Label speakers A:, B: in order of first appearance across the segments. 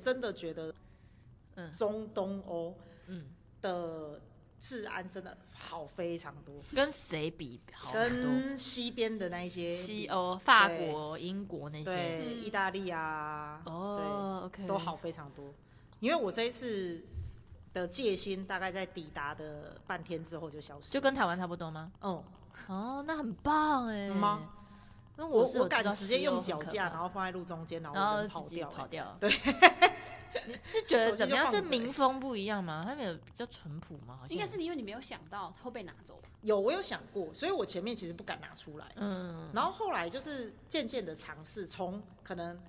A: 真的觉得
B: 嗯
A: 中东欧
B: 嗯，
A: 的治安真的好非常多，
B: 跟谁比好很多？
A: 跟西边的那一些
B: 西欧、法国、英国那些，
A: 对
C: 嗯
A: 意大利啊，
B: 哦，OK，
A: 对，都好非常多。因为我这一次的戒心大概在抵达的半天之后就消失了，
B: 就跟台湾差不多吗？
A: 嗯，
B: 哦，那很棒哎、
A: 吗？
B: 因为
A: 我
B: 是有
A: 我
B: 知道
A: 敢直接
B: 西欧
A: 用
B: 很
A: 脚
B: 可
A: 架，
B: 怕
A: 然后放在路中间，然
B: 然
A: 后
B: 后
A: 人
B: 自
A: 跑
B: 己
A: 掉、
B: 跑
A: 欸
B: 掉。
A: 对，
B: 你是觉得
A: 手机
B: 怎么
A: 就
B: 样？
A: 放
B: 是
A: 着
B: 民
A: 欸
B: 风不一样吗？他们有比较淳朴吗？好像
C: 应该是因为你没有想到会被拿走吧？
A: 有我有想过，所以我前面其实不敢拿出来。
B: 嗯，
A: 然后后来就是渐渐的尝试，从可能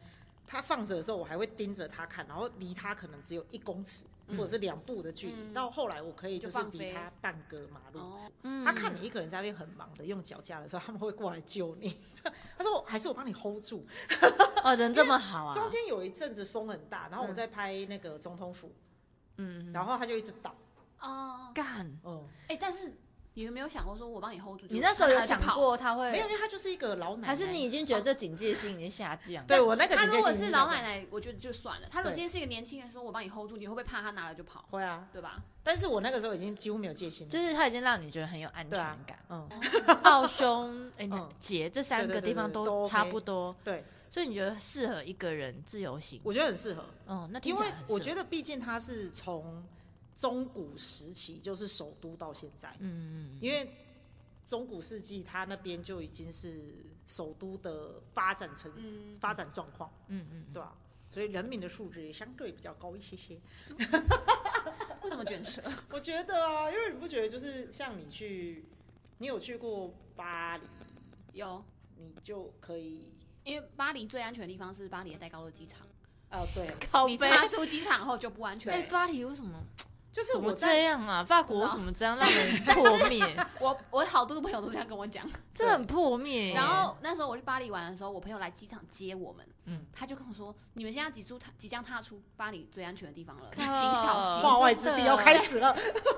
A: 他放着的时候，我还会盯着他看，然后离他可能只有一公尺、或者是两步的距离，
C: 嗯
A: 到后来我可以
C: 就是放
A: 离
C: 飞
A: 他半个马
B: 嗯
A: 路。
C: 哦，
A: 他看你一个人在那边很忙的用脚架的时候，他们会过来救你。 他说：“还是我帮你 hold 住。
B: 哦，人这么好啊，
A: 中间有一阵子风很大，然后我
B: 嗯
A: 在拍那个总统府，
B: 嗯，
A: 然后他就一直倒。
C: 哦，
B: 干，
A: 嗯，
C: 哎、但是你有没有想过说我帮你 hold 住？
B: 你那时候有
C: 他还是
B: 想
C: 跑？
B: 过他
A: 没有，
B: 会，
A: 因为他就是一个老奶奶。
B: 还是你已经觉得这警戒心已经下降？
A: 对我那个
C: 他
A: 警戒
C: 如果
A: 心
C: 是
A: 已经
C: 老
A: 下
C: 奶
A: 降
C: 奶，我觉得就算了。他如果
A: 对
C: 今天是一个年轻人，说我帮你 hold 住，你会不会怕他拿了就跑？
A: 会啊，
C: 对吧？
A: 但是我那个时候已经几乎没有戒心了。
B: 就是他已经让你觉得很有安
A: 对啊
B: 全感，，
A: 嗯，
B: 抱胸、哎
A: 嗯
B: 姐这三
A: 对
B: 个
A: 对对
B: 地方
A: 对都
B: 都
A: OK
B: 差不多，
A: 对，
B: 所以你觉得适合一个人自由行？
A: 我觉得很适合，
B: 哦，那
A: 因为我觉得
B: 得，
A: 毕竟它是从中古时期，就是首都到现在，
B: 嗯嗯
A: 因为中古世纪它那边就已经是首都的发展成、
C: 嗯，
A: 发展状况，
B: 嗯嗯嗯，
A: 对吧、所以人民的素质也相对比较高一些些，
C: 为什么卷舌？
A: 我觉得啊，因为你不觉得就是像你去，你有去过巴黎，
C: 有，
A: 你就可以，
C: 因为巴黎最安全的地方是巴黎的戴高乐机场，
A: 哦、对，
B: 靠
C: 你
B: 背。
C: 踏出机场后就不安全
B: 哎，
C: 了。
B: 巴黎为什么
A: 就是
B: 怎
A: 我
B: 么
A: 在
B: 这样啊？法国为什么这样 让人破灭？
C: 我我好多朋友都这样跟我讲。
B: 这很 破灭耶。
C: 然后那时候我去巴黎玩的时候，我朋友来机场接我们，
B: 嗯
C: 他就跟我说，你们现在即出踏即将踏出巴黎最安全的地方了，请
B: 靠
C: 小心。
A: 化外之地要开始了。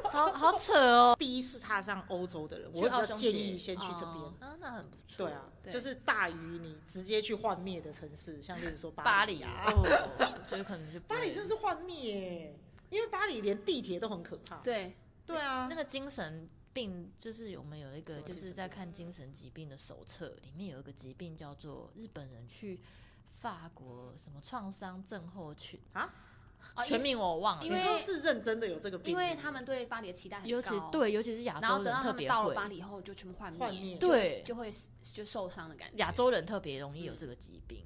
B: 好好扯哦。
A: 第一次踏上欧洲的人，
B: 去
A: 我会比
B: 奥
A: 较
B: 匈
A: 建
B: 节
A: 议先去这边。
C: 哦
B: 啊，那很不错。
A: 对啊，
C: 对
A: 就是大于你直接去幻灭的城市，像例如说
B: 巴
A: 黎
B: 黎
A: 啊，
B: 啊，哦我觉得可能就不会
A: 巴黎真是幻灭耶，因为巴黎连地铁都很可怕。
C: 对，
A: 对啊，
B: 那个精神病，就是我们有一个
A: 什么
B: 就是在看精神疾病的手册，里面有一个疾病叫做日本人去法国什么创伤症候群，
C: 哦
B: 全名我忘了，
C: 因
A: 你
C: 为
A: 说是认真的有这个病，
C: 因为他们对巴黎的期待很高，
B: 尤其对，尤其是亚
C: 然后
B: 洲人
C: 等到
B: 特
C: 他们
B: 别
C: 到
B: 会
C: 了巴黎以后就全部幻
A: 幻灭
C: 就
B: 对
C: 就会就受伤的感觉。
B: 亚洲人特别容易有
C: 嗯
B: 这个疾病，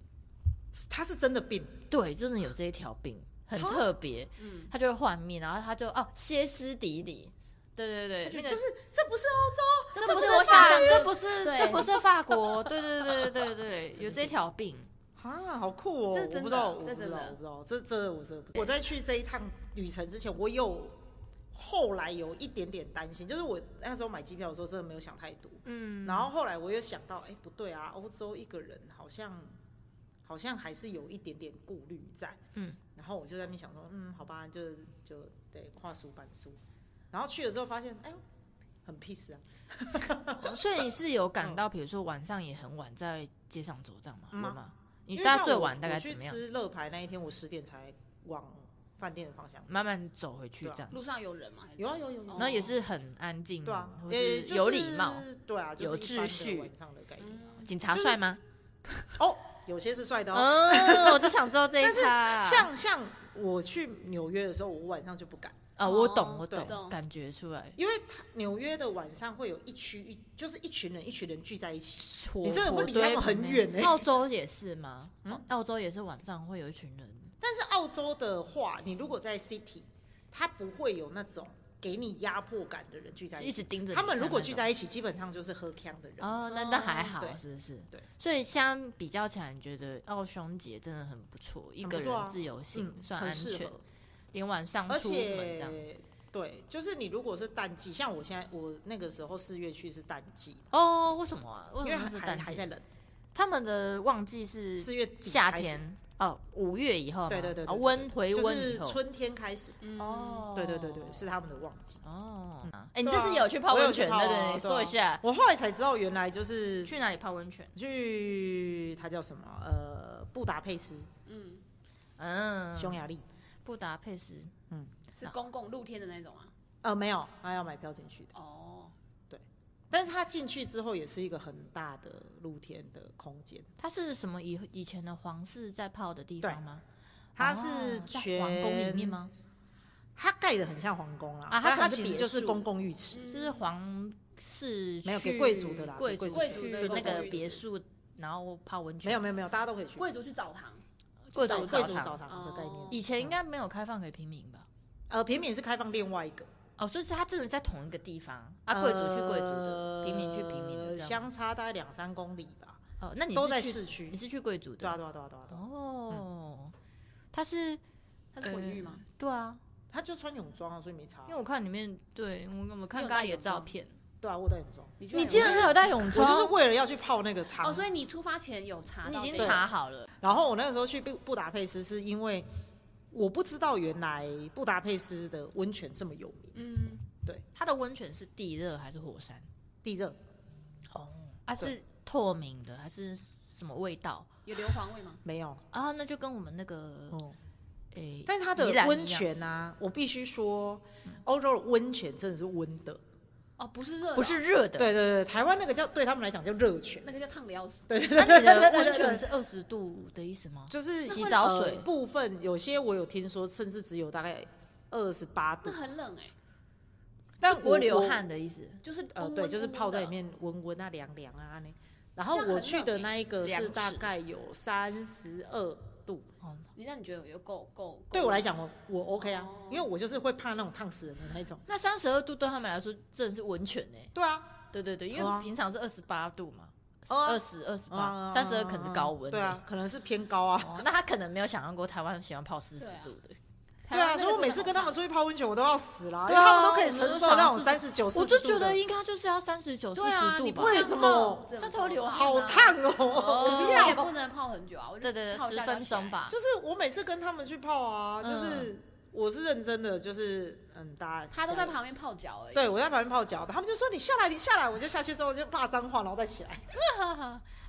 A: 他是真的病，
B: 对，真的有这一条病，很
C: 啊
B: 特别，
C: 嗯，
B: 他就会幻灭，然后他就哦歇斯底里，对对
A: 就
B: 对，那
A: 就
B: 个
A: 是这不是欧
B: 这
C: 不
B: 不
C: 是
B: 是
C: 我
B: 我
C: 想
B: 想
C: 象
B: 象，
C: 的
B: 这不是
C: 对
B: 这不是法国，对对对 对对对，有这条病，
A: 洲啊，好酷哦！
C: 这
A: 我
C: 真
A: 不知
C: 的
A: 道，我不
C: 这
A: 知
C: 真
A: 道，
C: 的
A: 我不知道，这这我真的不知道。我在去这一趟旅程之前，我有后来有一点点担心，就是我那时候买机票的时候真的没有想太多，
B: 嗯，
A: 然后后来我又想到，哎、不对啊，欧洲一个人好像好像还是有一点点顾虑在，
B: 嗯，
A: 然后我就在那边想说，嗯，好吧，就就对跨书板书，然后去了之后发现，哎呦，很 peace 啊，
B: 哦所以你是有赶到，比如说晚上也很晚在街上走这样吗？
A: 嗯
B: 有
A: 啊
B: 吗？你
A: 因为
B: 大家
A: 像
B: 最
A: 我
B: 晚大
A: 我
B: 概
A: 去
B: 怎么样？
A: 吃乐牌那一天，我十点才往饭店的方向走，
B: 慢慢走回去
A: 对啊
B: 这样，
C: 路上有人吗？还是
A: 有啊有有有，
C: 哦
B: 然后也是很安静，
A: 对啊，
B: 或
A: 呃
B: 是
A: 就是
B: 有礼貌。
A: 对啊，就是
B: 有
A: 一般
B: 秩序
A: 的晚上的概念，
C: 嗯
B: 警察帅吗？
A: 哦， 有些是帅的哦，
B: 嗯，我就想知道这一趴。啊
A: 像像我去纽约的时候，我晚上就不敢。
B: 啊，我懂，我
C: 对
B: 懂，
C: 懂
B: 感觉出来。
A: 因为他纽约的晚上会有一区一，就是一群人一群人聚在一起，
B: 火
A: 你真的会
B: 火
A: 离他
B: 堆
A: 们很
B: 旁边
A: 远欸
B: 澳洲也是吗？哦
A: 嗯
B: 澳洲也是晚上会有一群人，
A: 但是澳洲的话，你如果在 city，它不会有那种给你压迫感的人聚在
B: 就
A: 一
B: 一
A: 起。
B: 直盯着你
A: 他
B: 看那种。
A: 们如果聚在一起，基本上就是喝腔的人。
B: 哦，那那还
C: 哦
B: 好，
A: 对
B: 是不是？
A: 对，
B: 所以相比较起来，你觉得奥兄姐真的很不错，一
A: 很
B: 个
A: 不错
B: 人
A: 啊
B: 自由行
A: 嗯，
B: 算
A: 很
B: 安
A: 适
B: 全
A: 合，，
B: 连晚上
A: 而
B: 出门这样。
A: 且对，就是你如果是淡季，像我现在我那个时候四月去是淡季，
B: 哦，为什么啊？
A: 因
B: 为
A: 为
B: 什么
A: 还
B: 是
A: 还
B: 淡
A: 还在
B: 季？
A: 冷，
B: 他们的旺季是
A: 四月底
B: 夏
A: 开始，
B: 天哦，五月以后吗，
A: 对对对对
B: 啊
A: 对
B: 温回
A: 就
B: 温
A: 是
B: 以后。
A: 春天开始，
C: 嗯
B: 哦，
A: 对对对对，是他们的旺季。
B: 哦。哎，你
A: 对
B: 这
A: 啊
B: 次有去泡
A: 我有
B: 温
A: 去
B: 泉
A: 泡
B: 对
A: 啊
B: 对
A: 对
B: 对？
A: 啊
B: 说一下，
A: 我后来才知道，原来就是
B: 去哪里泡温泉？
A: 去它叫什么？呃，布达佩斯。
C: 嗯，
B: 嗯，
A: 匈牙利。
B: 布达佩斯，
C: 是公共露天的那种啊。
A: 呃，没有，他要买票进去的。
C: 哦，
A: 但是他进去之后也是一个很大的露天的空间，
B: 它是什么以以前的皇室在泡的地方吗？
A: 它
B: 哦
A: 是
B: 在
A: 全
B: 皇宫里面吗？
A: 它盖的很像皇宫啦，
B: 啊它
A: 但
B: 可
A: 它
B: 能是
A: 其实
B: 别
A: 就是
C: 墅
A: 公共浴池。
C: 嗯
B: 就是皇室
A: 没有给
B: 去
A: 贵族的啦
B: 贵
A: 给
B: 族
A: 贵
C: 族
B: 去
C: 的那个
B: 那个
C: 公寓
B: 别
C: 室
B: 墅，然后泡温泉。
A: 没有没有没有，大家都可以去。
C: 贵族去澡堂，
B: 贵
A: 澡
B: 族
A: 贵
B: 澡
A: 族澡
B: 堂，
A: 堂的概念
C: 哦，
B: 以前应该没有开放给平民吧？
A: 呃平民是开放另外一个，
B: 哦，所以是它真的在同一个地方啊，贵族去贵族的，平民去平民的
A: 呃
B: 这样吗。
A: 相差大概两三公里吧，
B: 哦，那你
A: 都
B: 是
A: 在
B: 去
A: 市区
B: 你。是去贵族
A: 对啊嗯
B: 的？
A: 对啊对啊对啊对啊，
B: 哦，它是
C: 它是混浴吗？
B: 呃对啊，
A: 他就穿泳装啊，所以没差
B: 因为。我看里面，对我我看
C: 有
B: 咖喱
C: 带
B: 的
C: 泳
B: 照
C: 装
B: 片，
A: 对啊，我带泳装，
C: 居
B: 你
C: 有
B: 竟然
C: 看
B: 还有带泳
A: 我
B: 装，
A: 就是为了要去泡那个汤
C: 哦，。所以你出发前有查
B: 你
C: 到
B: 已
C: 这
B: 经
C: 个？
B: 查好了，
A: 然后我那个时候去布布达佩斯，是因为我不知道原来布达佩斯的温泉这么有名，
C: 嗯，
B: 它的温泉是地热还是火山？
A: 地热
B: 哦，啊
A: 对
B: 是透明的还是什么味道
C: 有硫磺味吗？
A: 没有。
B: 啊？那就跟我们那个
A: 哦，
B: 诶、
A: 但它的
B: 宜兰一样嗯
A: 温泉啊，我必须说，欧洲的温泉真的是温的。
C: 哦，不是热的哦，
B: 不是热啊的，
A: 对对对，台湾那个叫对他们来讲叫热泉，
C: 那个叫烫的要死。
A: 对对
B: 那
A: 对
B: 你的
A: 对对
B: 温
A: 对
B: 泉
A: 对，
B: 是二十度的意思吗？
A: 就是
B: 洗澡水
A: 呃部分，有些我有听说，甚至只有大概二十八度
C: 那，很冷哎，
A: 但
B: 不
A: 我
B: 会流。汗的意思。
C: 就是
A: 我呃，
C: 温
A: 对，
C: 温
A: 就是
C: 温温
A: 泡在
C: 的
A: 里。面温温啊凉凉啊那。然后
C: 这样很
A: 我去的
C: 冷欸
A: 那一个
B: 两
A: 是大
B: 尺
A: 概有三十二度，
B: 哦，
C: 你那你觉得有有够够？够
A: 对我来讲我我 OK 啊
C: 哦，
A: 因为我就是会怕那种烫死人的那一种。
B: 那三十二度对他们来说真的是温泉呢、
A: 对啊，
B: 对对对，因
A: 哦啊
B: 为平常是二十八度嘛，
A: 哦
B: 二十二十八，
A: 啊
B: 三十二可能是高温、
A: 对啊，，可能是偏高啊。
B: 哦，那他可能没有想象过台湾喜欢泡四十
C: 对啊
B: 度的。
C: 台
A: 对啊，
C: 湾那个
A: 所以我
C: 真的
A: 每次
C: 好
A: 跟他
C: 烫
A: 们出去泡温泉，我都要死啦，因
B: 对
A: 为
B: 啊
A: 他们都可以承受那种
B: 我们都
A: 三
B: 想
A: 十九、
B: 我
A: 四
B: 就
A: 十
B: 觉
A: 度
B: 得
A: 的，
B: 应该就是要三十九、四
C: 对啊，
B: 十
C: 你
B: 度吧
C: 不。能
A: 为什么
C: 泡这
B: 这
C: 么
B: 头流
C: 多
B: 汗
A: 好
B: 啊
A: 烫哦！
B: 哦
A: 不
C: 我也
A: 要
C: 不，能泡很久啊，我就
B: 对对
C: 泡
B: 对，
C: 一
B: 十
C: 下就
B: 分
C: 起来
B: 钟。吧。
A: 就是我每次跟他们去泡啊，就是我是认真的，就是嗯，大家
C: 他都在，旁边泡脚而已。
A: 对我在旁边泡脚，他们就说你下来，你下来，我就下去之后就骂脏话，然后再起来。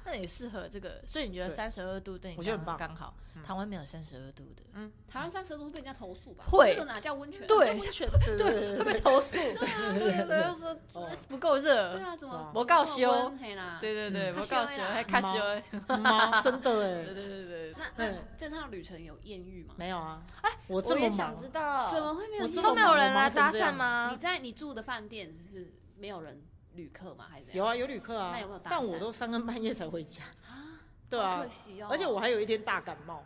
B: 那也适合这个，所以你觉得
A: 对
B: 三十二度对你
A: 我觉得很
B: 刚
A: 棒
B: 刚好？台湾没有三十二度的，
C: 台湾三十度会被人家投诉吧？
B: 会
C: 这个哪叫温泉？啊
B: 对
A: 温泉对
B: 对，
A: 对
B: 会
A: 对，
B: 被投诉。
C: 对啊，
B: 对，我 就说
A: 哦
B: 这不够热
C: 对。啊，怎么
A: 哇
B: 我告休
C: 嘿啦？
B: 对对对，
C: 嗯
B: 我
C: 较
B: 告
C: 羞
B: 诉
C: 啦
B: 你，还卡西欧。
A: 对妈真的
B: 对
A: 哎，
B: 对对对对，
C: 那那这趟旅程有艳遇吗？
A: 没有啊，
C: 哎
A: 我这
B: 我
A: 么
B: 也想
A: 忙，
B: 知道，
C: 怎么会没有
A: 我
C: 艳
A: 这
C: 遇？
A: 么
B: 都没有人啊来搭
A: 忙成这
B: 讪
A: 样
C: 你
B: 吗？
C: 在你住的饭店是没有人旅客吗？还是怎
A: 有
C: 样
A: 啊，有旅客啊
C: 那有没有，搭讪
A: 但我都三更半夜才回家，
C: 啊？
A: 对
C: 好
A: 啊
C: 可，惜哦。
A: 而且我还有一天大感冒。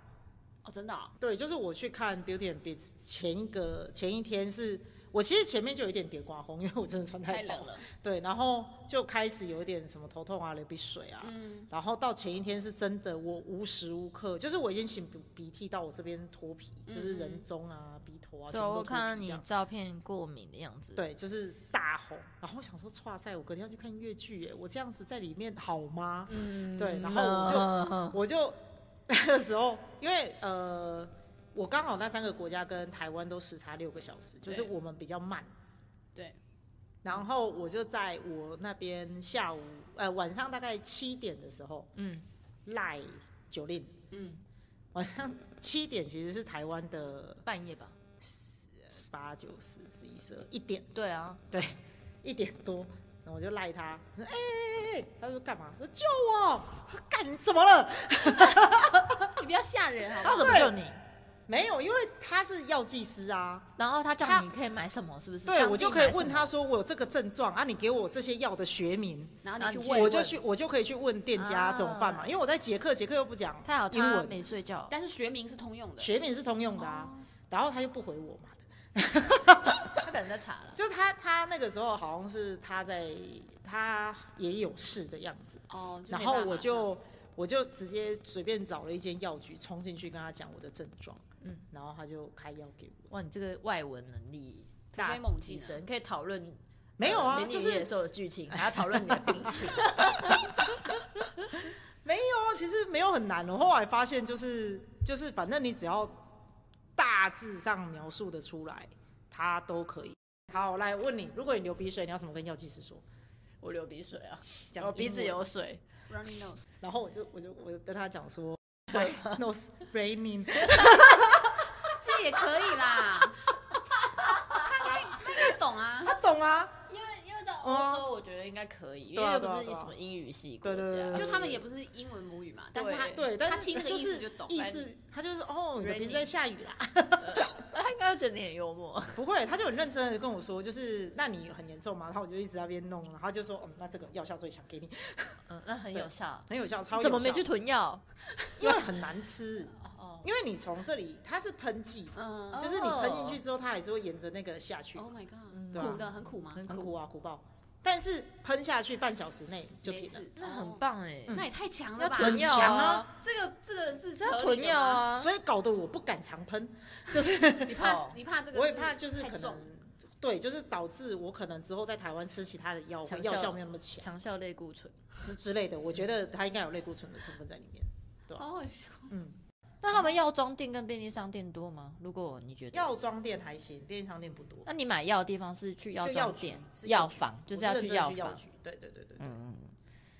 C: 哦，真的哦
A: 对，就是我去看 Beauty and Beats 前一个前一天是我其实前面就有一点点刮风，因为我真的穿
C: 太
A: 薄
C: 冷了。
A: 对，然后就开始有一点什么头痛啊、流鼻水啊，
C: 嗯，
A: 然后到前一天是真的我无时无刻就是我已经擤鼻鼻涕到我这边脱皮，就是人中啊、鼻头啊，
B: 嗯对，
A: 全部都
B: 我
A: 脱
B: 看到
A: 皮这
B: 你
A: 样
B: 照片过敏的样子。，
A: 对，就是大红，然后我想说，哇塞，我隔天要去看越剧耶，我这样子在里面好吗？
B: 嗯
A: 对然后我就
B: 就
A: 我就那个时候，因为呃，我刚好那三个国家跟台湾都时差六个小时，就是
C: 对
A: 我们比较慢。
C: 对。
A: 然后我就在我那边下午呃晚上大概七点的时候
B: 嗯
A: 赖九令，
C: 嗯，
A: 晚上七点其实是台湾的
B: 半夜吧。
A: 八九十十一十二一点
B: 对啊，
A: 一点多。然后我就赖他，我说哎哎哎哎，他说干嘛？我说救我！我说干你怎么了？
C: 你不要吓人好不
B: 他
C: 好？
B: 啊怎么救你？
A: 没有，因为他是药剂师啊，
B: 然后他
A: 他
B: 叫你可以买什么，是不是？
A: 对，
B: 当
A: 我
B: 地
A: 就可以
B: 买什
A: 问
B: 么
A: 他说，我有这个症状啊，你给我这些药的学名，
C: 然后你去
B: 然后
C: 问，
A: 我就去，我就可以去问店家
B: 啊
A: 怎么办嘛？因为我在捷克，捷克又不讲
B: 太好，
A: 英
B: 他
A: 文，
B: 没哦睡觉。
C: 但是学名是通用的。
A: 学名是通用的啊。然后他就不回我嘛，
C: 哦
B: 他可能在查了。
A: 就是他他那个时候好像是他在他也有事的样子，
C: 哦，就
A: 然
C: 没办
A: 后
C: 法
A: 我
C: 马上
A: 就我就直接随便找了一间药局冲进去跟他讲我的症状，嗯
B: 嗯，
A: 然后他就开药给我，
B: 哇，你这个外文能力
C: 突
B: 大
C: 飞猛
B: 提
C: 进啊
B: 升，可以讨论
A: 没有
B: 呃
A: 啊，
B: 美女
A: 就
B: 与
A: 是
B: 野兽的剧情，还要讨论你的病情。
A: 哦，其实没有很难。我后来发现，就是就是，反正你只要大致上描述的出来，他都可以。好，来问你，如果你流鼻水，你要怎么跟药剂师说？
B: 我流鼻水啊，
A: 讲
C: 哦
B: 我鼻子
A: 英文
B: 有水，
C: running nose，
A: 然后我就我就我就跟他讲说，对，nose raining，
C: 这也可以啦。他应该他应该懂啊，
A: 他懂啊，
B: 因为因为在欧
A: 哦
B: 洲，我觉得应该可以，因
A: 对
B: 为
A: 啊
B: 又
A: 对啊
B: 不是
A: 对啊
B: 什么英语系
A: 对
B: 国家，
A: 对对对
C: 就他们也不是英文母语嘛，但是他
A: 对，但
C: 他
A: 是
C: 听那个
A: 就
C: 意思
A: 是
C: 就懂。
A: 意思，他就是哦，你的鼻子在下雨啦。
B: 呃他应该会觉得你很幽默。
A: 不会，他就很认真的跟我说，就是那你很严重吗？然后我就一直在那边弄，然后他就说，嗯，那这个药效最强，给你
B: 嗯，那很有效。
A: 很有效，超有效。
B: 怎么没去？囤药？
A: 因为很难吃，
B: 哦，
A: 因为你从这里它是喷剂，
C: 嗯
B: 哦
A: 就是你喷进去之后，它还是会沿着那个下去，
C: ，Oh my god，、
B: 嗯
A: 对啊
C: 苦的很苦吗？
B: 很
A: 很苦啊，苦爆。但是喷下去半小时内就
C: 没
A: 停了，
C: 事，
B: 那
C: 哦
B: 很，棒哎，
C: 那也太强了
B: 要
C: 吧！
B: 囤药
A: 嗯很强啊，
C: 这个这个是
B: 这要
C: 合
B: 囤
C: 理的
B: 药
C: 吗，
B: 啊。
A: 所以搞得我不敢常喷，就是
C: 你怕
B: 哦
C: 你怕这个，
A: 我也怕就是
C: 太
A: 可
C: 重
A: 能。对，就是导致我可能之后在台湾吃其他的药，
B: 强
A: 会药
B: 效
A: 效没有那么强
B: 强效类固醇。
A: 之之类的。我觉得它应该有类固醇的成分在里面。对啊
C: 好好笑。
A: 嗯，
B: 那他们药妆店跟便利商店多吗？如果你觉得，
A: 药妆店还行，便利商店不多。
B: 那你买药的地方是去药
A: 就
B: 妆
A: 药局
B: 店、
A: 是
B: 药
A: 药局
B: 房，就是
A: 我
B: 要
A: 认
B: 去
A: 真
B: 药
A: 去
B: 房。
A: 局。对对对对对。
B: 嗯，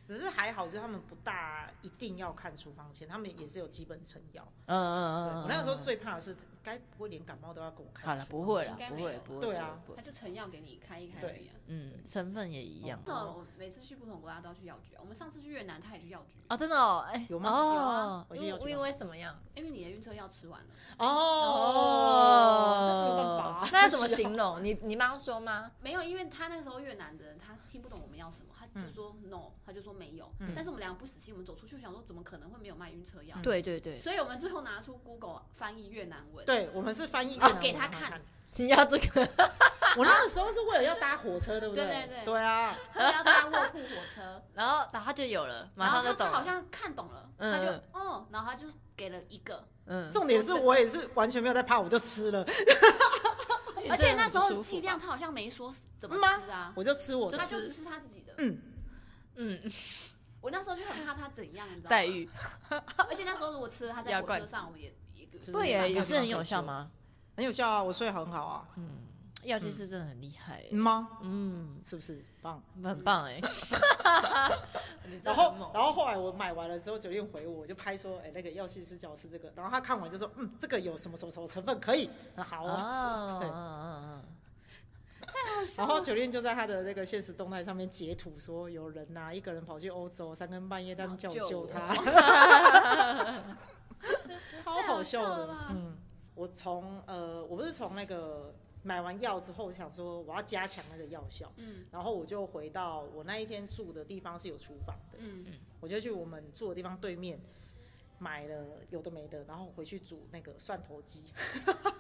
A: 只是还好，就是他们不大一定要看处方签，他们也是有基本成药。
B: 嗯嗯
A: 对，
B: 嗯，
A: 我那个时候最怕的是，该不会连感冒都要给我看？
B: 好了，不会了
C: 应，该
B: 不
C: 没
B: 会
C: 有，
B: 不会，
A: 对啊
B: 不会，
C: 他就成药给你开一开
A: 对
C: 而已啊。
B: 嗯，成分也一样
A: 哦
C: 真的，我每次去不同国家都要去药局啊。我们上次去越南，他也去药局，
B: 啊，真的哦，哎，
A: 有吗
C: 有
B: 哦
C: 啊，
A: 我去药局
B: 因
A: 买
B: 为什么样？
C: 因为你的晕车药吃完了，
A: 哦，那没有办法啊，
B: 那要怎么形容？你你妈说吗？
C: 没有，因为他那时候越南的人他听不懂我们要什么，他就说 no，他就说没有。
A: 嗯
C: 但是我们两个不死心，我们走出去我想说怎么可能会没有卖晕车药？
A: 嗯
B: 对对对，
C: 所以我们最后拿出 Google 翻译越南文，
A: 对，我们是翻译越
C: 哦
A: 南文
C: 给他
A: 给他
C: 看
A: 看。
B: 你要这个，
A: 我那个时候是为了要搭火车，对不
C: 对
A: 对
C: 对对
A: 啊，
C: 他要搭卧铺火车，
B: 然后他就有了，马
C: 然后
B: 上
C: 他
B: 就懂
C: 他好
B: 了。
C: 像看懂了，
B: 嗯
C: 他就哦，然后他就给了一个，
B: 嗯，
A: 重点是我也是完全没有在怕，我就吃了，
C: 而且那时
B: 这
C: 候
B: 很不舒服
C: 剂量
B: 吧，
C: 他好像没说是怎么
A: 吗
C: 吃啊，
A: 我就吃我
B: 就
A: 的
C: 他
B: 吃
C: 就不是他自己的。
B: 嗯，
C: 我那时候就很怕他怎样，你知道吗
B: 待。遇
C: 而且那时候如果吃了他在
B: 要
C: 火
B: 灌
C: 车上，我也也
A: 是
B: 对耶，也是很有效
A: 吗？
B: 吗？嗯
A: 很有效啊，我睡很好啊，
B: 药剂师真的很厉害耶，
A: 嗯吗？
B: 嗯，
A: 是不是棒？
B: 很棒哎。 你真的
A: 然
B: 很
A: 后
B: 猛，
A: 然后后来我买完了之后，酒店回我，我就拍说，哎、那个药剂师叫我吃这个，然后他看完就说，嗯，这个有什么什么什么成分可以，那好
B: 哦，
A: 啊。
B: 嗯
A: 对
B: 嗯嗯
A: 然后酒店就在他的那个现实动态上面截图说，有人呐、一个人跑去欧洲，三更
C: 哦
A: 半夜这样叫我
C: 然后救
A: 救
C: 我
A: 他，超好笑
C: 太好笑了
A: 的
C: 吧。
A: 嗯，我从呃，我不是从那个买完药之后，我想说我要加强那个药效，
C: 嗯
A: 然后我就回到我那一天住的地方是有厨房的，
C: 嗯，
A: 我就去我们住的地方对面买了有的没的，然后回去煮那个蒜头鸡。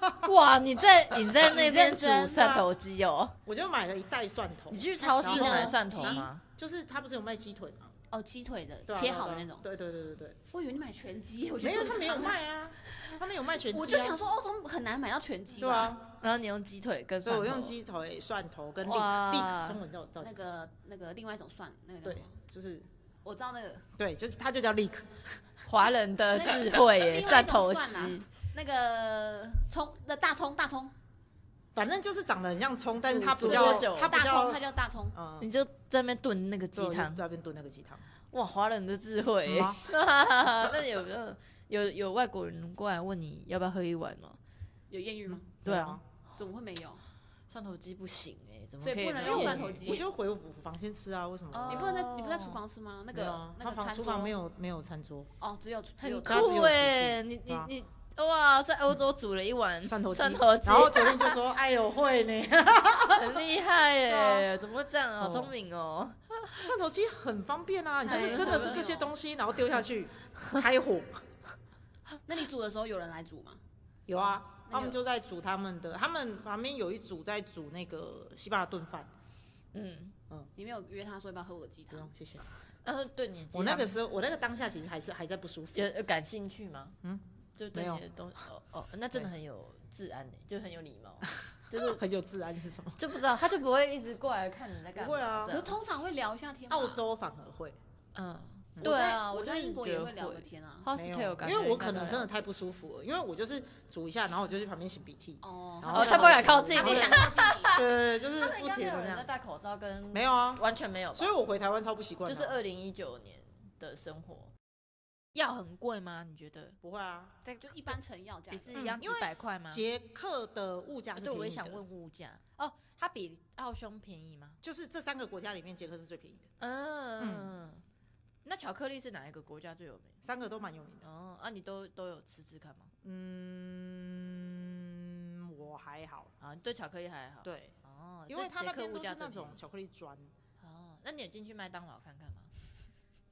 B: 嗯，哇，你在你在那边
C: 你认
B: 煮
C: 真吗
B: 蒜头鸡哦？
A: 我就买了一袋蒜头
B: 你，去超市买蒜头
C: 然后
B: 吗？
A: 就是他不是有卖鸡腿吗？
C: 哦，鸡腿的
A: 对啊
C: 切好的那种，
A: 对啊对啊对对对
C: 我以为你买全鸡，我
A: 对，
C: 觉
A: 没
C: 得
A: 有他没有卖啊，他没有卖全鸡、啊。
C: 我就想说欧洲很难买到全鸡
A: 对
C: 吧？
A: 啊，
B: 然后你用鸡腿跟
A: 所以
B: 蒜头，
A: 我用鸡腿、蒜头跟栗
B: 哇
A: 栗，中文叫叫
C: 那个那个另外一种蒜，那个叫
A: 啊对
C: 什么？，
A: 就是
C: 我知道那个
A: 对，就是它就叫 leek，
B: 华人的智慧耶，
C: 另外一种
B: 蒜头
C: 蒜啊
B: 鸡，
C: 那个葱，那大葱大葱，
A: 反正就是长得很像葱，但是它不
B: 煮
A: 叫
B: 多久
A: 它不
C: 大葱，
A: 叫
C: 它叫大葱。
A: 嗯，
B: 你就在那边炖那个
A: 所以
B: 鸡
A: 我就
B: 汤，
A: 在那边炖那个鸡汤。
B: 哇，华人的智慧耶
A: 嗯啊！
B: 那有没有有有外国人过来问你要不要喝一碗吗？
C: 有艳遇吗？
B: 对啊，
C: 怎么会没有？
B: 蒜头鸡不行哎，怎么
C: 所以
B: 可
C: 不
B: 没
C: 能
B: 有
C: 用蒜头
A: 我
C: 鸡。
A: 就回我房间吃啊，为什么？
B: 哦
C: 你不能在你不在厨房吃吗？那
A: 没有
C: 个
A: 啊
C: 那
A: 他
C: 个
A: 房
C: 餐
A: 厨房
C: 桌
A: 没有没有餐 桌，
C: 哦，只有只有
B: 很
A: 它只有
B: 酷
A: 雏鸡
B: 哎！你
A: 对
B: 你
A: 啊
B: 你哇，在欧洲煮了一碗
A: 蒜头鸡，
B: 蒜头鸡
A: 然，后酒店就说：“ 哎呦会呢，
B: 很厉害
A: 对
B: 耶！
C: 啊
B: 怎么会这样？好
A: 哦
B: 聪明哦！
A: 蒜头鸡很方便啊，你就是
C: 哎
A: 真的是这些东西，然后丢下去 开火。
C: 那你煮的时候有人来煮吗？
A: 有啊，
C: 那
A: 他们
C: 就
A: 就在煮他们的，他们旁边有一组在煮那个西班牙炖饭。
B: 嗯，
C: 你没有约他说要不要喝我的鸡
A: 不
C: 汤？
A: 用，谢谢。
B: 然后对你的鸡
A: 我那
B: 汤
A: 个时候，我那个当下其实还是还在不舒服。
B: 有有感兴趣吗？
A: 嗯，
B: 就对
A: 没有
B: 你的东西哦哦，那真的很有治安呢，就很有礼貌，就是
A: 很有自然是 什么？
B: 就不知道他就不会一直过来看你在干嘛。
A: 不会啊
B: 这样
C: 可是通常会聊一下天吧。
A: 澳洲反而会，
B: 嗯，
C: 我
B: 对
C: 在
B: 啊，
C: 我
B: 就
C: 在
B: 一直
C: 英国
B: 觉
C: 也
B: 得
C: 会聊
B: 会
C: 个天啊。
A: 没
B: hostel，
A: 有
B: 感，觉
A: 因为
B: 应
A: 我
B: 该
A: 可
B: 都
A: 能
B: 会
A: 真的
B: 聊
A: 太不舒服了，因为我就是煮一下，然后我就去旁边擤鼻涕。
C: 哦，
A: 然
B: 哦，
A: 后
B: 他不敢靠近
C: 他不
B: 你，
C: 想靠近你。
A: 对对对，就是
B: 他们应
A: 不
B: 该没
A: 贴
B: 有
A: 成那
B: 人在
A: 样。
B: 戴口罩跟
A: 没有啊，
B: 完全没有吧，
A: 所以我回台湾超不习惯啊
B: 就
A: 的。
B: 是二零一九年的生活。药很贵吗？你觉得？
A: 不会啊，
B: 但
C: 就一般成药价
B: 也
C: 格啊
B: 是一样
A: 嗯
B: 几
A: 因为
B: 百块吗？
A: 捷克的物价
B: 啊
A: 是
B: 对，
A: 便宜的，
B: 啊我也想问物价哦，它比奥匈便宜吗？
A: 就是这三个国家里面，捷克是最便宜的，
B: 嗯，那巧克力是哪一个国家最有名？
A: 三个都蛮有名的。
B: 哦，啊，你都都有吃吃看吗？
A: 嗯，我还好，
B: 啊，你对巧克力还好。，
A: 对，
B: 哦，
A: 因为
B: 所以
A: 它那
B: 捷克
A: 边
B: 物
A: 都
B: 价
A: 是
B: 最
A: 那
B: 便
A: 种
B: 宜
A: 巧克力砖，
B: 哦，那你有进去麦当劳看看吗？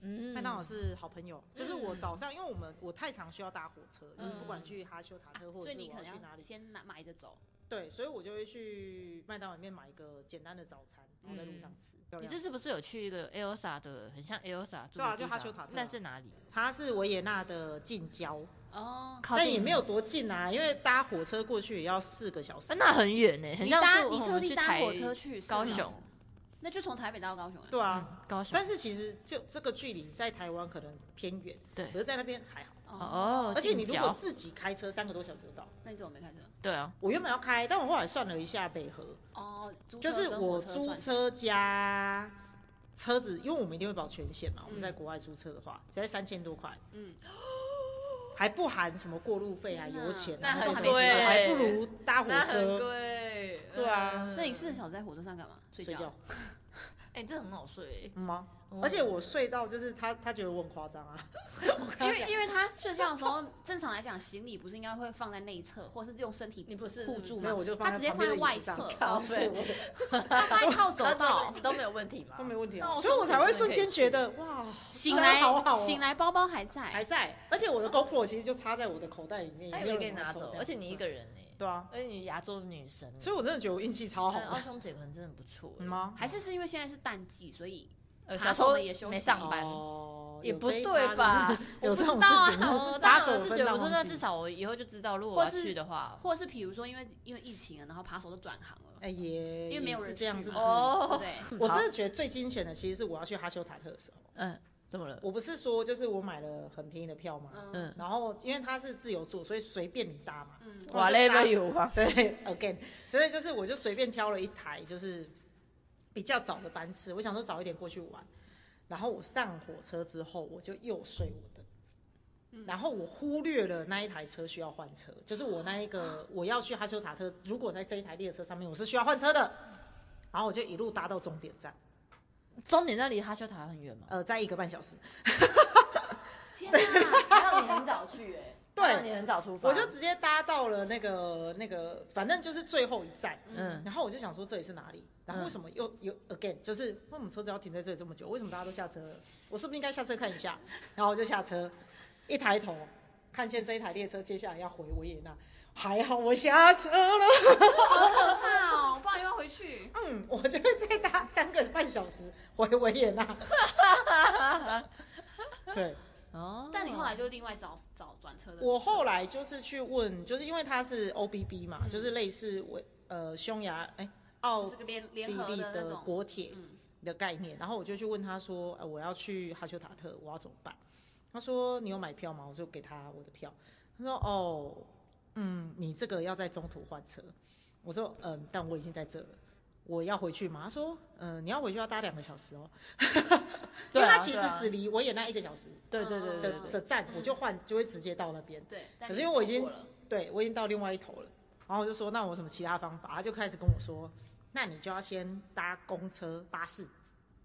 B: 嗯
A: 麦当劳是好朋友， 就是我早上，因为我们我太常需要搭火车，就是不
B: 嗯
A: 管去哈修塔
C: 啊
A: 特或
C: 所
A: 者
C: 以
A: 是
C: 你可
A: 我要去
C: 能
A: 哪
C: 要
A: 里，
C: 先拿买着走。
A: 对，所以我就会去麦当劳里面买一个简单的早餐，然后在路上吃。漂
B: 嗯你
A: 亮
B: 这次不是有去一个 Elsa 的，很像 Elsa 住的
A: 对啊
B: 地
A: 就哈
B: 方
A: 修塔特
B: 那
A: 啊
B: 是哪里？
A: 它是维也纳的近郊，
C: 哦，
B: 靠
A: 但
B: 近
A: 也没有多近啊，因为搭火车过去也要四个小时
B: 啊，。那很远呢，很
C: 你
B: 像
C: 搭
B: 是我
C: 你
B: 们
C: 特
B: 去
C: 地搭
B: 台
C: 火车去是
B: 高
C: 吗
B: 雄，
C: 那就从台北搭到高雄啊。
A: 对啊，
B: 嗯高雄。
A: 但是其实就这个距离在台湾可能偏远，
B: 对
A: 可是在那边还好。
B: 哦，
A: 而且你如
B: 近
A: 果
B: 郊
A: 自己开车三个多小时就到。
C: 那你怎么没开车？
B: 对啊，
A: 我原本要开，但我后来算了一下北河，
C: 哦，租
A: 就
C: 车
A: 是
C: 跟
A: 我
C: 火车
A: 租
C: 算
A: 车加车子，因为我们一定会保全险嘛。我们在国外租车的话，才三千多块，
C: 嗯，
A: 还不含什么过路费啊、
C: 天哪
A: 油钱
C: 那
A: 啊，
C: 很
A: 还有
C: 贵
A: 美食还不如搭火车。
B: 贵。
A: 对啊
B: 嗯
C: 那你四个小时在火车上干嘛？睡
A: 嗯睡觉
C: 觉。
B: 哎，这很好睡。
A: 嗯吗？而且我睡到就是他，他觉得我很夸张啊。我跟他
C: 因 为
A: 讲，
C: 因为他睡觉的时候，正常来讲行李不是应该会放在内侧，或是用身体
B: 你不是
C: 护住
A: 没
C: 吗
A: 有，？我就
C: 他
A: 放
C: 直接
A: 旁边
C: 放在
A: 的
C: 外
A: 椅子上
C: 侧
A: 靠就是我
C: 他放在靠走
B: 走
C: 道
B: 到，都没有问题吗？
A: 都没问题
B: 那
A: 啊，
B: 我
A: 所以我
B: 手指
A: 才会
B: 真的
A: 瞬
B: 可以
A: 间
B: 吃
A: 觉得哇，
C: 醒
A: 大家
C: 来
A: 好好哦
C: 醒来包包还在，
A: 还在，而且我 的 GoPro 其实就插在我的口袋里面，
B: 他
A: 也
B: 也
A: 没
B: 没
A: 有
B: 给
A: 人
B: 你
A: 拿
B: 拿
A: 走
B: 走，
A: 这样
B: 而且
A: 子
B: 你一个人欸呢，
A: 对啊，
B: 而且你亚洲女神呢，
A: 所以我真的觉得我运气超好
B: 嗯奥
A: 的，
B: 匈姐可能真的不错
A: 嗯。吗？
C: 还是是因为现在是淡季，所以
B: 呃，
C: 爬
B: 小
C: 虫
B: 时候
C: 的也休息
B: 没上班，
A: 哦，
B: 也
A: 有
B: 不
A: 这一
B: 对
A: 趴
B: 吧
A: 就是？有
B: 我
A: 这
B: 不
A: 种
B: 知道
A: 事
B: 啊
A: 情，
B: 我
A: 打
B: 当
A: 手
B: 然
A: 分
B: 是觉得，
A: 到
B: 我说
A: 忘
B: 那
A: 记
B: 至少我以后就知道，如果我要
C: 或是
B: 去的话，
C: 或是比如说因为因为疫情了，然后扒手都转行了，
A: 哎也
C: 因为没有
A: 也是
C: 人
A: 这样，
C: 去
A: 是不
C: 嘛
A: 是？
C: 对不
B: 哦，
C: 对？
A: 我真的觉得最惊险的其实是我要去哈修塔特的时候，
B: 嗯，怎么了？
A: 我不是说就是我买了很便宜的票嘛，
B: 嗯
A: 然后因为它是自由座，所以随便你搭嘛，
C: 嗯，
A: 我就搭
B: Whatever you want
A: 对，again，所以就是我就随便挑了一台就是比较早的班次，我想说早一点过去玩。然后我上火车之后，我就又睡我的，然后我忽略了那一台车需要换车，就是我那一个我要去哈修塔特，如果在这一台列车上面我是需要换车的，然后我就一路搭到终点站，
B: 终点站离哈修塔很远 吗？
A: 呃，在一个半小时，
C: 天哪！
B: 还好你很早去哎，
A: 对
B: 还好你很早出发，
A: 我就直接搭到了那个那个，反正就是最后一站，
B: 嗯
A: 然后我就想说这里是哪里？然后为什么又又 again 就是为什么车子要停在这里这么久？为什么大家都下车了？我是不是应该下车看一下？然后我就下车，一抬头看见这一台列车接下来要回维也纳，还好我下车了。
C: 好可怕哦，不然又要回去。
A: 嗯，我就会再搭三个半小时回维也纳。 对
B: 哦，
C: 但你后来就另外找找转车的，
A: 我后来就是去问，就是因为它是 OBB 嘛，就是类似维呃匈牙哎、奥
C: 就是个联
A: 地
C: 联合
A: 利
C: 的那
A: 的
C: 种
A: 国铁
C: 嗯
A: 的概念。然后我就去问他说：“呃，我要去哈修塔特，我要怎么办？”他说：“你有买票吗？”我就给他我的票。他说：“哦，嗯，你这个要在中途换车。”我说：“嗯，但我已经在这了。”我要回去嘛？他说，嗯，你要回去要搭两个小时哦，因为
B: 对啊
A: 他其实
B: 对啊
A: 只离维嗯也纳一个小时
B: 对对对对
A: 的
B: 对嗯
A: 的站，我就换就会直接到那边。
C: 对，但
A: 可是因为我已经
C: 错过了
A: 对我已经到另外一头了，然后我就说那我有什么其他方法？他就开始跟我说，那你就要先搭公车、巴士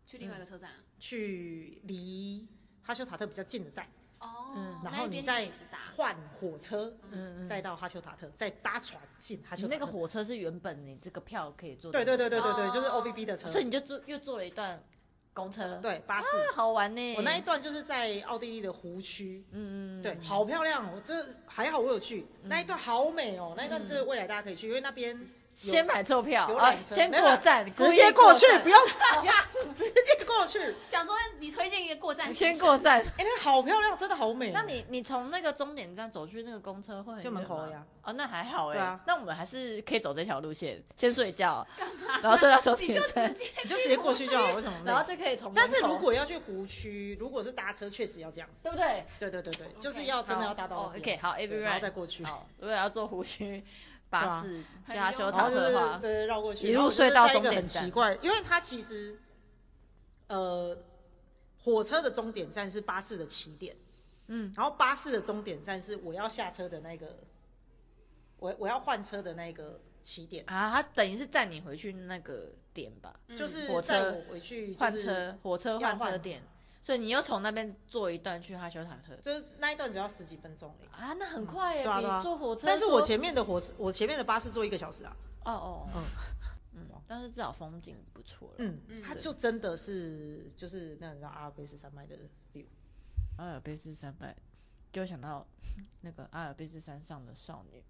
C: 去另外
A: 嗯
C: 一个车站啊
A: 去离哈修塔特比较近的站，
B: 啊
C: 哦，
A: 嗯然
C: 那
A: 后
C: 一
A: 你
C: 边
A: 再
C: 可以直达
A: 换火车，
B: 嗯
A: 再到哈修塔特，再搭船进哈
B: 你
A: 修塔
B: 那
A: 特。
B: 个火车是原本你这个票可以坐的
A: 嗯对对对对对对，
C: 哦
A: 就是 O B B 的车，
B: 所以你就哦坐又坐了一段公车，，
A: 对巴士。
B: 好玩呢。
A: 我那一段就是在奥地利的湖区，
B: 嗯，
A: 对，好漂亮哦！这还好我有去，那一段好美哦，那一段真的未来大家可以去，因为那边有
B: 先买错票
A: 游
B: 啊，
A: 览车
B: 先
A: 没有
B: 过站，
A: 直
B: 故意
A: 接过去，
B: 站
A: 不 用不要直接过去。哎、
C: 想说你推荐一个过站，
B: 先过。站。
A: 那好漂亮，真的好美。
B: 那你你从那个终点站走去那个公车会很
A: 就
B: 远
A: 门口
B: 吗
A: 而已啊？
B: 哦，那还好哎、
A: 对啊
B: 那我们还是可以走这条路线，先睡觉，然后睡到终
C: 你
B: 点
C: 就
B: 站
C: 直，接
A: 你就直接过去就好，为什么累？
B: 然后就可以从门口。
A: 但是如果要去湖区，如果是搭车，确实要这样子。
B: 对不对？
A: 对对对对就是要真的要搭到那
B: 哦
A: 边。
B: OK，好
A: 对然后再
B: ，everyone，
A: 过去，
B: 好，如果要坐湖
A: 啊
B: 区巴士去
C: 对
B: 阿
C: 啊
B: 修
A: 然后
B: 塔
A: 就
B: 特
A: 是
B: 的话，
A: 对绕过去，
B: 一路
A: 然后就是
B: 睡到
A: 在一个
B: 终点
A: 很
B: 站
A: 奇怪，因为它其实，呃，火车的终点站是巴士的起点，
B: 嗯，
A: 然后巴士的终点站是我要下车的那个，我我要换车的那个起点，
B: 啊，他等于是载你回去那个点吧，
C: 嗯
A: 就是
B: 火车
A: 载我回去嗯就
B: 换
A: 是
B: 车，火车
A: 要
B: 换车
A: 换
B: 点，所以你又从那边坐一段去哈修塔特
A: 就是那一段只要十几分钟而已
B: 啊，那很快耶，
A: 对啊对啊
B: 比坐火车坐。
A: 但是我前面的火车，我前面的巴士坐一个小时啊，
B: 哦哦，哦嗯，但是至少风景不错了。
A: 嗯，
C: 嗯
A: 它就真的是就是那你知道阿尔卑斯山脉的 view，
B: 阿尔卑斯山脉，就想到 那个阿尔卑斯山上的少女，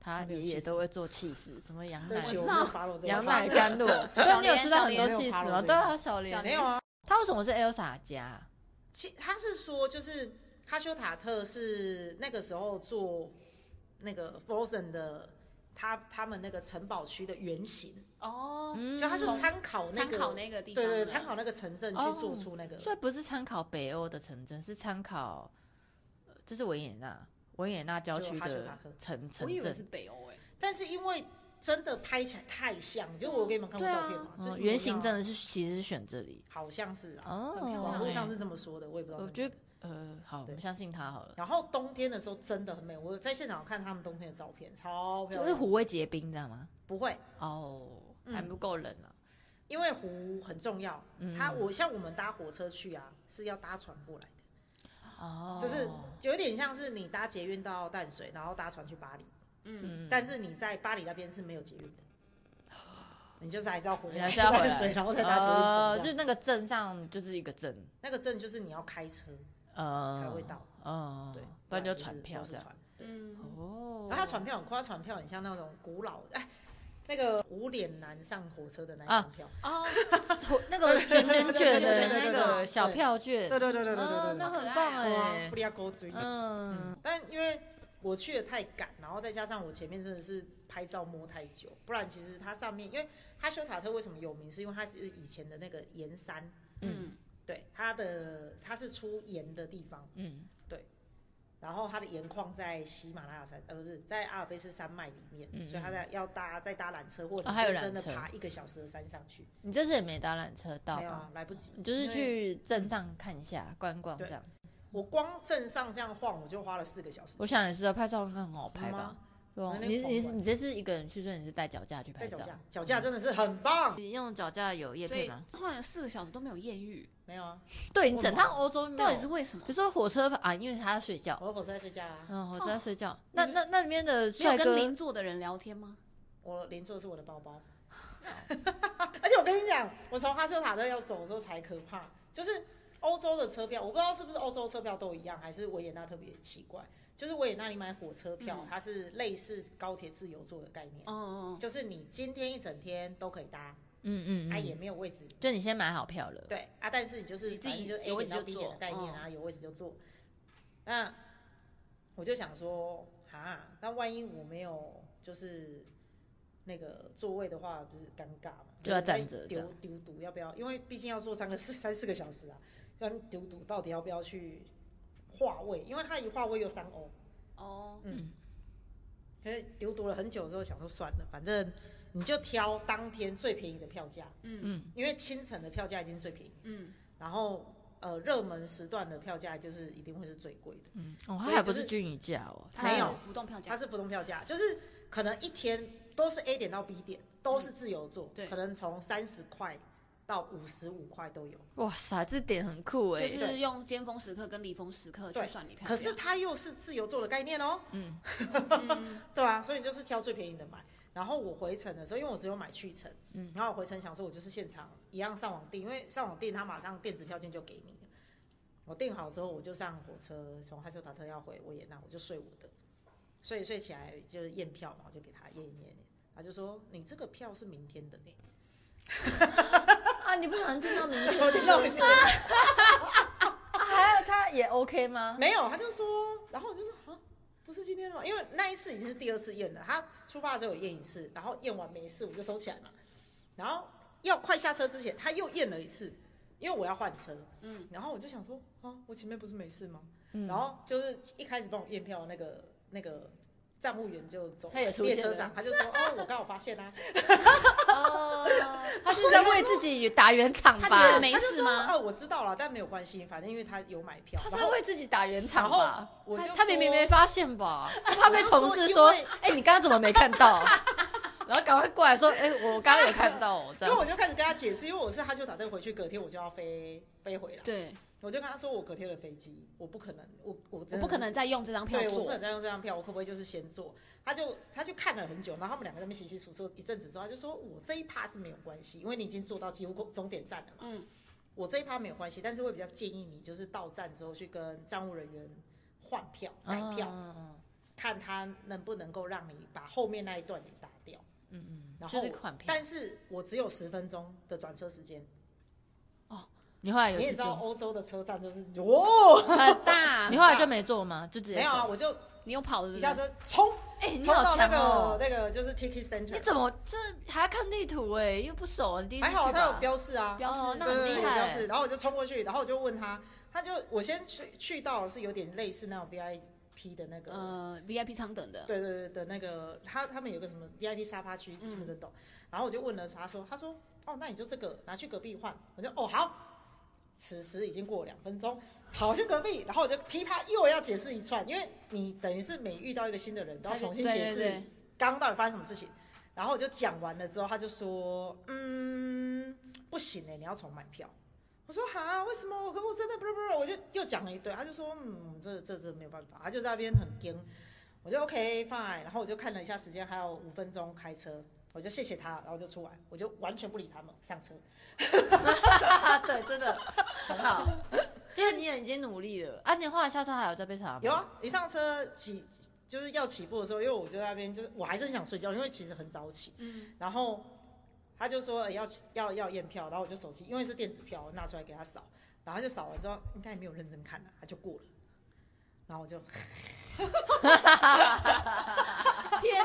B: 她
A: 没有
B: 爷
A: 气
B: 爷
A: 死
B: 都会做气势，什么羊
A: 对
B: 奶
A: 不起，
C: 我
A: 我
C: 知
A: 没
C: 道
A: 有 follow 这
B: 羊
A: 个，
B: 奶甘露，对，你有吃到很多
A: 小
B: 气
A: 莲
B: 势
A: 小
B: 吗？
A: 莲
B: 对啊，小
C: 小
B: 莲，
A: 没有啊，
B: 她为什么是 Elsa 家？
A: 其他是说就是哈修塔特是那个时候做那个 Frozen 的。他他们那个城堡区的原型，
C: 哦，
B: 嗯
A: 就他是
C: 从
A: 参考那
C: 参
A: 个
C: 考那个地方
A: 对对，
C: 的，
A: 参考那个城镇去
B: 哦
A: 做出那个。
B: 所以不是参考北欧的城镇，是参考，呃这是维也纳，维也纳郊区
A: 就哈修塔
B: 的
A: 特
B: 城城
C: 我以为是
B: 镇，
C: 北欧欸诶，
A: 但是因为真的拍起来太像，就我给你们看过
C: 对
A: 照
C: 啊
A: 片嘛，就是
B: 嗯，
A: 一
B: 原
A: 模
B: 型
A: 一样啊
B: 真的是其实是选这里
A: 好像是啊，
B: 哦，
C: 很漂
A: 网
C: 亮
A: 络
C: 欸
A: 上是这么说的，我也不知道真
B: 我
A: 的假的。
B: 觉得呃，好，我们
A: 对
B: 相信他好了，
A: 然后冬天的时候真的很美，我在现场看他们冬天的照片，超漂
B: 就
A: 亮。
B: 是湖会结冰，知道吗？
A: 不会，
B: 哦，
A: 嗯
B: 还不够冷啊，
A: 因为湖很重要。
B: 嗯
A: 它我像我们搭火车去啊，是要搭船过来的，
B: 哦，
A: 就是有点像是你搭捷运到淡水，然后搭船去巴黎，
C: 嗯，
B: 嗯，
A: 但是你在巴黎那边是没有捷运的，你就是还是要回
B: 你
A: 来
B: 还是要回
A: 淡水，
B: 来，
A: 然后再搭捷运走
B: 哦
A: 这样
B: 就是那个镇上就是一个镇，
A: 那个镇就是你要开车，
B: 呃，
A: 才会到，
B: 嗯，
A: 对，啊
B: 不然就
A: 就是
B: 船票
A: 都是
B: 这样，
A: 船
C: 嗯，
B: 哦，
A: 然后他 船票很快，他船票很像那种古老哎，那个无脸男上火车的那一
B: 啊
A: 张票。
C: 哦，
B: 那个卷卷卷的
C: 对对对
B: 那
C: 对
B: 个小票券，
A: 对对对对对对
B: 啊，
A: 对
B: 那
A: 对，
B: 很棒
A: 哇
B: 哎
A: 不，离勾嘴。
B: 嗯，
A: 但因为我去的太赶，然后再加上我前面真的是拍照摸太久，不然其实它上面，因为哈修塔特为什么有名，是因为它是以前的那个盐山，
C: 嗯，
A: 对，它的它是出盐的地方，
B: 嗯，
A: 然后它的盐矿在喜马拉雅山，呃，不是在阿尔卑斯山脉里面，
B: 嗯
A: 所以它在要搭再搭缆车，或者
B: 哦还有
A: 是真的
B: 缆车哦
A: 爬一个小时的山上去，
B: 你这次也没搭缆车到
A: 没有
B: 吧？
A: 啊，来不及。
B: 你就是
A: 因为
B: 去镇上看一下观光这样。
A: 我光镇上这样晃，我就花了四个小时。
B: 我想也是啊，拍照应该很好拍
A: 有
B: 吧
A: 吗？
B: 对啊
A: 我在那
B: 你
A: 边
B: 你
A: 狂玩
B: 你这次一个人去，所以你是带脚架去
A: 带
B: 拍
A: 脚
B: 照。
A: 架，脚架真的是很棒。
B: 你用脚架有叶
C: 所
B: 配
C: 以
B: 吗？
C: 后来四个小时都没有艳遇，
A: 没有啊，
B: 对你整趟欧洲没有
C: 到底是为什么
B: 比？如说火车啊，因为他在睡觉，
A: 我的火车在睡觉啊。
B: 嗯，我在睡觉。那那那里面的
C: 没有
B: 帅
C: 跟
B: 哥嗯
C: 邻座的人聊天吗？
A: 我邻座是我的包包。 而且我跟你讲，我从哈修塔特要走的时候才可怕，就是欧洲的车票，我不知道是不是欧洲车票都一样，还是维也纳特别奇怪。就是维也纳你买火车票，
C: 嗯
A: 它是类似高铁自由座的概念，
C: 哦哦，
A: 就是你今天一整天都可以搭，
B: 嗯嗯
A: 啊也
B: 嗯，
A: 没有位置，
B: 就你先买好票了，
A: 对啊，但是你就是
C: 你自己
A: 反正就是 A
C: 有位
A: 点
C: 置
A: 到
C: 就
A: B 点的
C: 坐
A: 概念啊，有位置就坐。那我就想说，哈，那万一我没有就是那个座位的话，不是尴尬嘛？
B: 就要
A: 就是会
B: 站着这
A: 丢
B: 样
A: 丢毒，要不要？因为毕竟要坐三个四三四个小时啊，要丢毒到底要不要去划位？因为他一划位又三欧，
C: 哦哦，
A: 可是丢毒了很久之后，想说算了，反正你就挑当天最便宜的票价，
C: 嗯
A: 因为清晨的票价一定最便宜。
C: 嗯，
A: 然后呃热门时段的票价就是一定会是最贵的，
B: 嗯，哦，
A: 所
B: 他
A: 以
B: 还不
A: 就是
B: 是均匀价哦，
C: 它
B: 它
A: 没有
C: 是浮动票
A: 它
C: 价，
A: 是浮动票价，就是可能一天都是 A 点到 B 点，都是自由座，
C: 对
A: 可能从三十块到五十五块都有，
B: 哇塞，这点很酷哎、
C: 就是用尖峰时刻跟离峰时刻去
A: 对
C: 算你票 价。
A: 可是它又是自由座的概念哦，
B: 嗯，
C: 嗯
A: 对吧、所以你就是挑最便宜的买。然后我回程的时候，因为我只有买去程，
B: 嗯，
A: 然后我回程想说，我就是现场一样上网订，因为上网订它马上电子票券就给你了。我订好之后，我就上火车，从哈修塔特要回维也纳，我就睡我的，睡一睡起来就是验票嘛，我就给他验一验，他就说你这个票是明天的呢，
B: 啊，你不想听到名字？
A: 我听到没听到？
B: 啊，还有他也 OK 吗？
A: 没有，他就说，然后我就说啊，不是今天的吗？因为那一次已经是第二次验了，他出发的时候有验一次，然后验完没事我就收起来嘛，然后要快下车之前他又验了一次，因为我要换车，
C: 嗯，
A: 然后我就想说啊，我前面不是没事吗？
B: 嗯
A: 然后就是一开始帮我验票的那个那个站务员就走了，
B: 他也出
A: 列
B: 现
A: 车
B: 了
A: 长他就说：“哦，我刚好发现啦、
C: 哦，
B: 他是在为自己打圆场吧？
C: 他自己
B: 没，
C: 没事吗
A: 他就说哦，我知道了，但没有关系，反正因为他有买票。
B: 他
A: 然
B: 在
A: 后
B: 为自己打圆场
A: 然
B: 吧
A: 后？我就
B: 他
A: 说
B: 他明明没发现吧？他被同事
A: 我
B: 说
A: 就说因为：“
B: 哎、你刚刚怎么没看到？” 然后赶快过来说：“哎、我刚刚有看到哦，这
A: 因为
B: 样。
A: 我就开始跟他解释，因为我是哈丘打队回去，隔天我就要飞飞回来。
C: 对，
A: 我就跟他说，我隔天的飞机，我不可能，我我
C: 我
A: 真的
C: 不可能再用这张票
A: 对，我不
C: 做
A: 能，再用这张票，我可不可以就是先做？他就他就看了很久，然后他们两个在那边稀稀疏疏一阵子之后，他就说我这一趴是没有关系，因为你已经做到几乎终点站了嘛。
C: 嗯，
A: 我这一趴没有关系，但是会比较建议你就是到站之后去跟站务人员换票改票，
C: 啊
B: 嗯嗯
A: 看他能不能够让你把后面那一段给打掉。
B: 嗯嗯，
A: 然后
B: 就是款片。
A: 但是我只有十分钟的转车时间，
B: 你后来有
A: 你也
B: 去
A: 知道
B: 做？
A: 欧洲的车站就是哦，
C: 很大。
B: 你后来就没做吗？就直接
A: 没有啊，
B: 走？
A: 我就
C: 你又跑
A: 一
C: 的
A: 下车冲
B: 哎、你
A: 冲
B: 好
A: 到那
B: 强
A: 个、
B: 哦！
A: 那个就是 ticket center，
B: 你怎么这还要看地图哎、又不熟，你第一次
A: 还好
B: 去
A: 他有
B: 吧
A: 标示啊，
C: 标
B: 哦
C: 示，
B: 那
A: 对
B: 很
A: 对
B: 厉
A: 对
B: 害
A: 标示，然后我就冲过去，然后我就问他，他就我先去去到是有点类似那种 VIP 的那个，
B: 嗯
C: 呃，VIP 舱等的，
A: 对对对的那个，他他们有个什么 VIP 沙发区，
C: 嗯
A: 听不懂。然后我就问了他说，他说哦，那你就这个拿去隔壁换，我就哦好。此时已经过了两分钟，跑去隔壁，然后我就噼啪又要解释一串，因为你等于是每遇到一个新的人，都要
C: 他就
A: 重新解释
C: 对对对
A: 刚刚到底发生什么事情。然后我就讲完了之后，他就说：“嗯，不行哎、你要重买票。”我说：“哈，为什么？我我真的不是不是，我就又讲了一堆。”他就说：“嗯，这这这没有办法。”他就在那边很颠。我就 OK fine，然后我就看了一下时间，还有五分钟开车，我就谢谢他，然后就出来，我就完全不理他们，上车。
B: 啊，对，真的 很好。就是你也已经努力了啊！你后来下车还有在被查吗？
A: 有啊，一上车起就是要起步的时候，因为我就在那边，就是我还是很想睡觉，因为其实很早起。
C: 嗯，
A: 然后他就说、呃要起要要验票，然后我就手机因为是电子票，我拿出来给他扫，然后他就扫完之后应该也没有认真看了、他就过了。然后我就
C: 天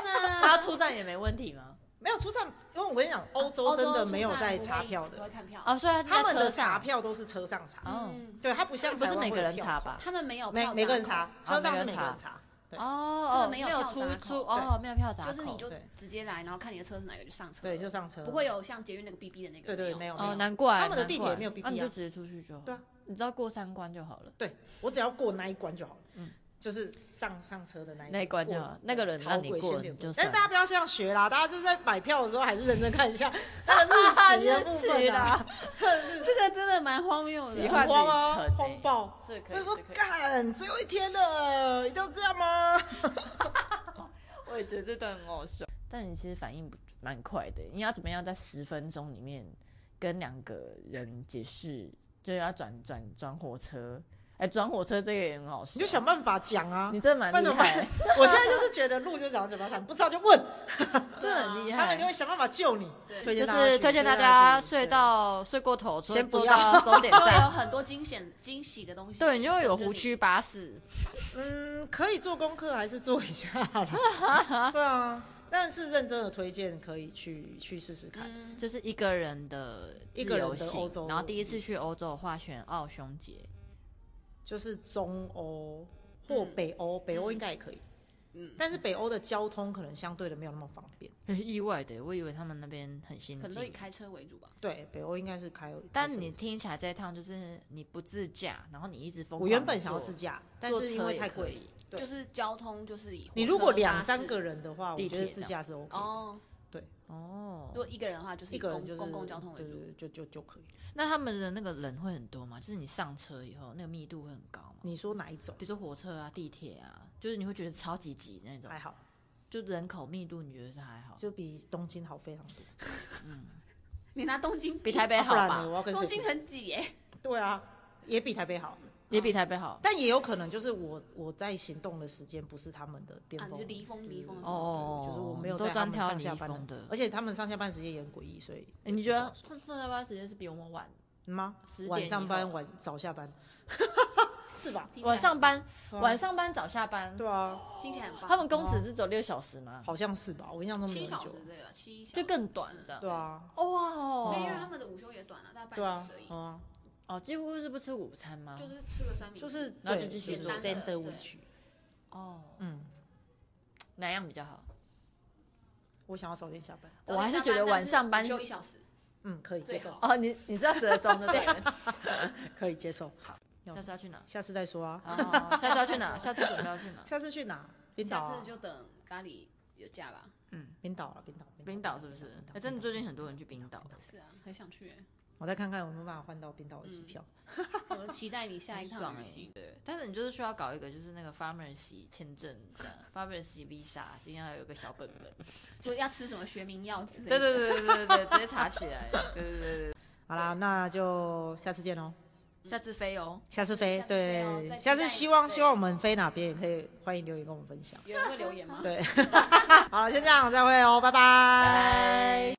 B: 他
C: 哪！
B: 出站也没问题吗？
A: 没有出站，因为我跟你讲，欧
B: 哦
A: 洲真
C: 哦
A: 的没有在查票
C: 不会
A: 的，
C: 看票，
B: 哦，所以他是在
A: 他们的
B: 车上
A: 查票都是车上查，
B: 哦
C: 嗯，
A: 对，他不像
B: 不
A: 台
B: 是
A: 湾
B: 每
A: 会有
B: 个人
A: 票
B: 查哦
A: 口，
B: 吧？
C: 他们没有
A: 每
C: 票
A: 每个人
C: 闸
A: 查车上
C: 口，
A: 是
B: 哦每个人
A: 每个人
B: 查
A: 查，对
B: 哦哦，
C: 没有
B: 有
C: 票
B: 出
C: 闸口
B: 出哦，没有票闸口，
C: 就是你就
A: 对
C: 直接来，然后看你的车是哪个就上车，
A: 对，就上车，
C: 不会有像捷运那个 BB 的那个，
A: 对对
C: 没
A: 没
C: 有。
A: 有没
B: 哦，
A: 有，
B: 难怪
A: 他们的地铁
B: 难怪
A: 没有 BB 啊
B: 那你就直接出去就好。
A: 对啊，
B: 你只要过三关就好了，
A: 对我只要过那一关就好了，
B: 嗯
A: 就是上上车的那一
B: 那一关就
A: 过
B: 好。那个人让
A: 逃
B: 你
A: 鬼
B: 过，
A: 先
B: 你
A: 点
B: 就
A: 但
B: 算
A: 是
B: 了。
A: 大家不要这样学啦，大家就是在买票的时候还是认真看一下 那个日期的啊部分啦，真的是
C: 这个真的蛮荒谬
B: 喜
C: 的，
B: 欢
A: 很慌啊
B: 自己，撑欸
A: 慌爆！
B: 这可
A: 他
B: 以，
A: 说
B: 这：“可以。
A: 干，最后一天了，一定要这样吗
B: 我也觉得这段很好笑。但你其实反应不蛮快的，你要怎么样在十分钟里面跟两个人解释，就要转转转火车，哎、转火车这个也很好？”笑。
A: 你就想办法讲啊
B: 你。真的
A: 不然
B: 蛮厉
A: 怎么
B: 害
A: 办，？ 我现在就是觉得路就长嘴巴上，不知道就问，
B: 真的很厉
A: 他们一定
B: 害。
A: 会想办法救你。
C: 对
A: 推荐
B: 哎就
A: 大家
B: 是
A: 去
B: 推荐大家
A: 去
B: 睡到睡过头，坐
A: 先不
B: 坐
A: 要
B: 到终 点
C: 会有
B: 站，
C: 很多惊险惊喜的东西。
B: 对，你就会有湖区巴士。
A: 嗯，可以做功课还是做一下啦。对啊，但是认真的推荐可以去去试试看。
C: 嗯，
B: 就是一个人的
A: 一个人
B: 自由
A: 的
B: 行
A: 欧洲
B: 然后第一次去欧洲的话，选奥匈节，
A: 就是中欧或
C: 嗯
A: 北欧，北欧应该也可以。
C: 嗯
A: 但是北欧的交通可能相对的没有那么方便。
B: 意外的，我以为他们那边很先
C: 可能都以
B: 进。
C: 开车为主吧。
A: 对，北欧应该是开。开
B: 但
A: 车
B: 你听起来这一趟就是你不自驾，然后你一直疯狂地坐。
A: 我原本想要自驾，但
B: 坐
A: 是
B: 车
A: 因为
B: 也
A: 太
B: 可
A: 贵
B: 以。
A: 对
C: 就是交通就是以火车
A: 你如果两三
C: 巴
A: 个
C: 士
A: 人的话，我
B: 地
A: 觉得
B: 铁
A: 自
B: 这
A: 驾
B: 样
A: 是 OK 的。
C: 哦，
B: 哦
C: 如。果一个人的话就是
A: 一
C: 以
A: 个
C: 公
A: 人就是
C: 公共交通为
A: 对
C: 主。
A: 对对就就就可以。
B: 那他们的那个人会很多吗？就是你上车以后，那个密度会很高吗？
A: 你说哪一种？
B: 比如说火车啊、地铁啊，就是你会觉得超级挤那种
A: 还，好，
B: 就人口密度你觉得是还好，
A: 哎就比东京好非常多。
C: 你拿东京啊
B: 比台北好
A: 不然呢？
B: 吧？
A: 我要跟谁
C: 东京
A: 比？
C: 很挤耶，
A: 对啊，也比台北好，
B: 也比台北好。
A: 但也有可能就是我我在行动的时间不是他们的巅
C: 啊，你
A: 峰
C: 就。离峰离峰的时候。
B: 哦，
A: 就是我没有
B: 都
A: 在他
B: 专
A: 们
B: 挑
A: 上
B: 离
A: 下班
B: 峰的。
A: 而且他们上下班时间也很诡异，所以
B: 欸你觉得他上下班时间是比我们晚？
A: 嗯吗
B: 10？
A: 晚
B: 点以
A: 上班
B: 后
A: 晚早下 班，是吧？
C: 听起来
B: 晚上班，
A: 对啊
B: 晚上班早下班，
A: 对啊，
C: 听起来很棒，
B: 他们工时
A: 哦
B: 是走六小时吗？
A: 好像是吧？我印象中没
C: 七
A: 有很
C: 小
A: 久
C: 时，对了，七小
B: 就
C: 时
B: 更短这样。
A: 对啊，
B: 哦哇
C: 没有因为
B: 哦
C: 他们的午休也短了，大概半
A: 对
C: 小
A: 啊
C: 时而，已，
A: 嗯，
B: 哦，几乎是不吃午餐吗？
C: 就是吃个三明治，
A: 就是
B: 然后
A: 对
B: 就继续
A: 是
B: 做
A: stand
C: 对
A: w i c h
B: 哦，
A: 嗯，
B: 哪样比较好？
A: 我想要早点下班。
B: 我还是觉得晚上班
C: 休一小时
A: 嗯，可以接
C: 最
A: 受，
C: 好。
B: 哦，你你是要折中的对？
A: 可以接受。好，
B: 下次要去哪？
A: 下次再说啊。
B: 好好好哦下次要去哪？ 下次准备要去哪？
A: 下次去哪？冰岛、
C: 下
A: 啊
C: 次，就等咖喱有假吧。
B: 嗯
A: 冰岛啊了，冰岛，
B: 冰岛是不是？哎、真的最近很多人去冰岛，
C: 是啊，很想去欸，
A: 我再看看有没有办法换到冰岛的机票。
C: 嗯我期待你下一
B: 很
C: 趟
B: 爽
C: 旅
B: 哎、
C: 行。
B: 对，但是你就是需要搞一个就是那个 farmer 席签证这样，farmer 席 visa，今天要有个小本本。
C: 就要吃什么学名药之类
B: 对
C: 的。
B: 对对对对对，直接查起来。对对对对
A: 好啦，那就下次见喽。
B: 对，下次飞哦。
A: 下次飞
C: 下，次飞哦
A: 对，
C: 再期
A: 下次
C: 待
A: 希
C: 你
A: 望
C: 对
A: 希望我们飞哪边也可以，欢迎留言跟我们分享。
C: 有人会留言吗？
A: 对，好了，先这样，再会哦，拜拜。